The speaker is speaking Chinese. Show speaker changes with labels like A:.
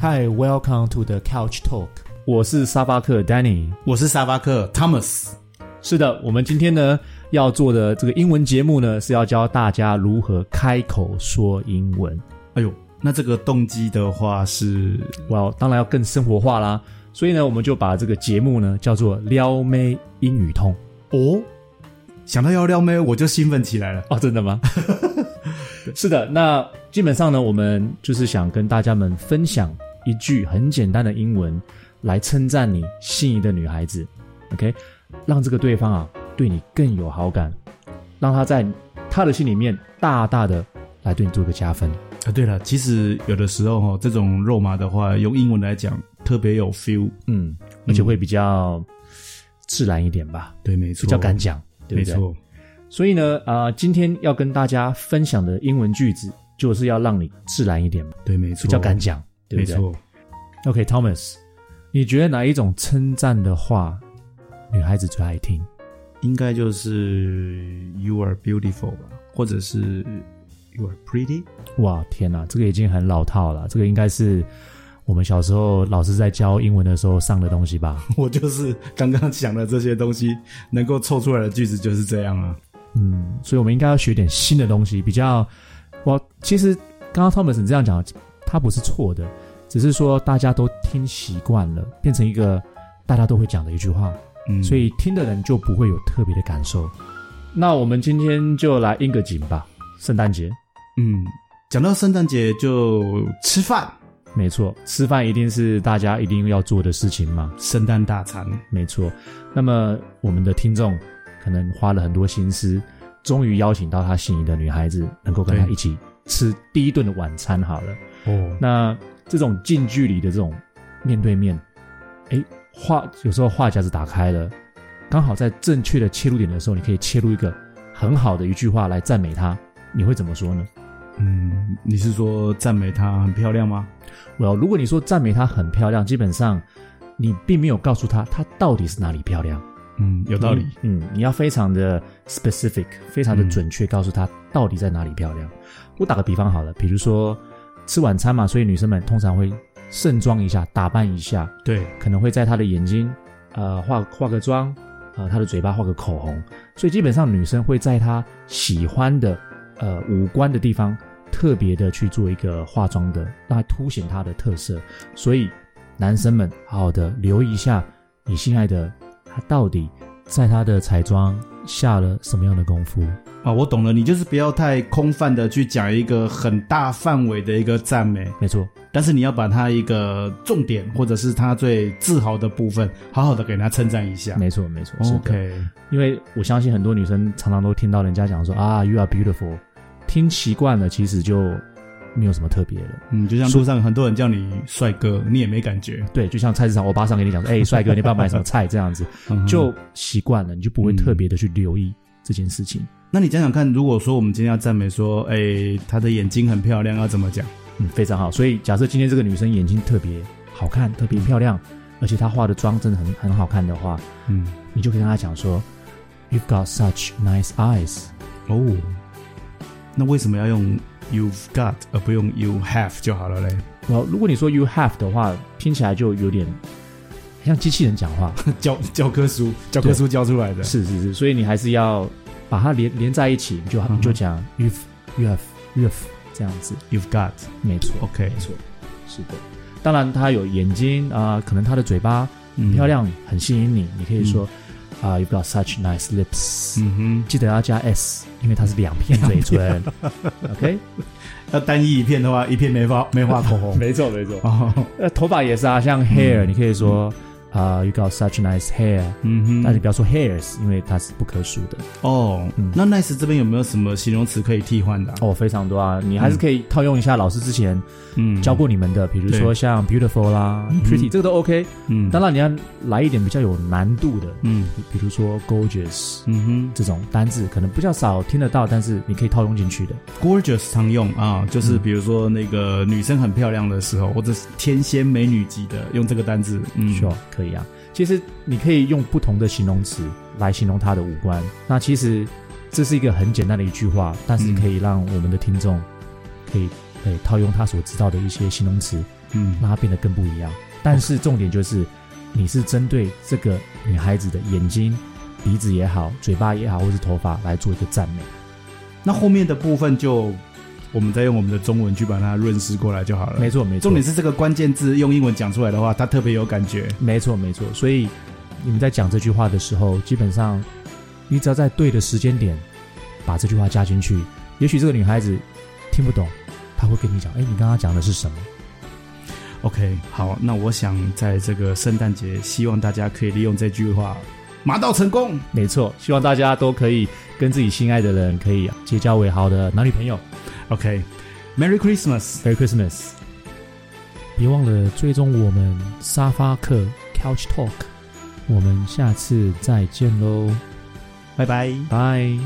A: Hi, welcome to the Couch Talk。
B: 我是沙巴克 Danny。
C: 我是沙巴克 Thomas。
B: 是的，我们今天呢要做的这个英文节目呢，是要教大家如何开口说英文。
C: 哎呦，那这个动机的话是
B: 哇、哦，当然要更生活化啦。所以呢，我们就把这个节目呢叫做“撩妹英语通
C: 哦，想到要撩妹我就兴奋起来了”。。
B: 哦，真的吗？ 是的，那基本上呢，我们就是想跟大家们分享一句很简单的英文，来称赞你心仪的女孩子，OK，让这个对方啊对你更有好感，让他在他的心里面大大的来对你做个加分。
C: 啊，对了，其实有的时候哈、哦，这种肉麻的话，用英文来讲特别有 feel。
B: 嗯，而且会比较自然一点吧，
C: 对，没错，
B: 比较敢，讲，对
C: 没
B: 不对？
C: 错。
B: 所以呢，啊、今天要跟大家分享的英文句子，就是要让你自然一点嘛，
C: 对，没错，
B: 比较敢，讲，对
C: 没
B: 不对
C: 错。
B: ？OK，Thomas，、你觉得哪一种称赞的话，女孩子最爱听？
C: 应该就是 You are beautiful 吧，或者是 You are pretty。
B: 哇，天哪，这个已经很老套了，这个应该是我们小时候老师在教英文的时候上的东西 吧？
C: 我就是刚刚讲的这些东西，能够凑出来的句子就是这样啊。
B: 嗯，所以我们应该要学点新的东西，比较我其实刚刚 Thomas 你这样讲，他不是错的，只是说大家都听习惯了，变成一个大家都会讲的一句话，
C: 嗯，
B: 所以听的人就不会有特别的感受。那我们今天就来应个景吧，圣诞节，
C: 嗯，讲到圣诞节就吃饭，
B: 没错，吃饭一定是大家一定要做的事情嘛，
C: 圣诞大餐。
B: 没错。那么我们的听众可能花了很多心思，终于邀请到他心仪的女孩子，能够跟他
C: 对
B: 一起吃第一顿的晚餐好了。
C: 哦，
B: 那这种近距离的这种面对面，哎，话有时候话匣子打开了，刚好在正确的切入点的时候，你可以切入一个很好的一句话来赞美他，你会怎么说呢？
C: 嗯，你是说赞美她很漂亮吗？
B: well,，如果你说赞美她很漂亮，基本上你并没有告诉她她到底是哪里漂亮，
C: 嗯，有道理。
B: 嗯。嗯，你要非常的 specific，非常的
C: 嗯
B: 准确，告诉她到底在哪里漂亮。我打个比方好了，比如说吃晚餐嘛，所以女生们通常会盛装一下，打扮一下，
C: 对，
B: 可能会在她的眼睛，呃，化化个妆，呃，她的嘴巴画个口红，所以基本上女生会在她喜欢的，呃，五官的地方特别的去做一个化妆的，让它凸显她的特色。所以男生们好好的留意一下，你心爱的她到底在她的彩妆下了什么样的功夫。
C: 啊，我懂了，你就是不要太空泛的去讲一个很大范围的一个赞美，
B: 没错，
C: 但是你要把它一个重点或者是他最自豪的部分，好好的给他称赞一下。
B: 没错，没错。是的
C: OK，
B: 因为我相信很多女生常常都听到人家讲说啊，you are beautiful，听习惯了，其实就没有什么特别了。
C: 嗯，就像路上很多人叫你帅哥，你也没感觉，
B: 对，就像菜市场欧巴上跟你讲说，哎、帅哥，你帮我买什么菜这样子，
C: 嗯哼
B: 就习惯了，你就不会特别的去留意这件事情。
C: 那你想想看，如果说我们今天要赞美说，哎、她的眼睛很漂亮，要怎么讲？
B: 嗯，非常好。所以假设今天这个女生眼睛特别好看，特别漂亮，而且她化的妆真的很很好看的话，
C: 嗯，
B: 你就可以跟她讲说，You've got such nice eyes。
C: 哦，那为什么要用 you've got 而不用 you have 就好了嘞？
B: 然后如果你说 you have 的话，听起来就有点像机器人讲话。
C: 教教科书，教科书教出来的。
B: 是是是，所以你还是要把它连连在一起，你就你就讲 if you have you have 这样子，
C: You've got
B: 没错
C: OK，
B: 没错，是的。当然，她有眼睛啊、可能她的嘴巴
C: 嗯
B: 很漂。亮，很吸引你，你可以说啊、y o u got such nice lips、
C: 嗯
B: 记得要加 s，因为它是两片嘴唇。OK，
C: 哼，要单一一片的话，一片没画没画口红。
B: 没错没错。
C: 哦，
B: 呃，头发也是啊，像 hair，、你可以说啊、y o u got such nice hair，、
C: 嗯哼，
B: 但是不要说 hairs，因为它是不可数的。
C: 哦，那 nice 这边有没有什么形容词可以替换的、啊？
B: 哦，非常多啊！你还是可以套用一下老师之前
C: 嗯，
B: 教过你们的，比如说像 beautiful 啦、pretty 这个都 OK。
C: 嗯，
B: 当然你要来一点比较有难度的，
C: 嗯
B: 比如说 gorgeous
C: 嗯
B: 这种单字，可能比较少听得到，但是你可以套用进去的。
C: 哼，gorgeous 常用啊，就是比如说那个女生很漂亮的时候，或者是天仙美女级的，用这个单字。嗯，
B: sure，可以啊。其实你可以用不同的形容词来形容她的五官。那其实这是一个很简单的一句话，但是
C: 嗯
B: 呃可以让我们的听众可以可以套用他所知道的一些形容词
C: 嗯
B: 让它变得更不一样。但是重点就是，你是针对这个女孩子的眼睛、鼻子也好、嘴巴也好，或是头发来做一个赞美。
C: 那后面的部分就我们再用我们的中文去把它润饰过来就好了。
B: 没错，没错。
C: 重点是这个关键字用英文讲出来的话，它特别有感觉。
B: 没错，没错。所以你们在讲这句话的时候，基本上你只要在对的时间点把这句话加进去，也许这个女孩子听不懂，她会跟你讲：“哎，你刚刚讲的是什么
C: OK，好，那我想在这个圣诞节，希望大家可以利用这句话马到成功。？”
B: 没错，希望大家都可以跟自己心爱的人可以结交为好的男女朋友。
C: OK，Merry、Christmas，
B: Merry Christmas！别忘了追踪我们沙发客 Couch Talk，我们下次再见喽，
C: 拜拜。
B: 拜。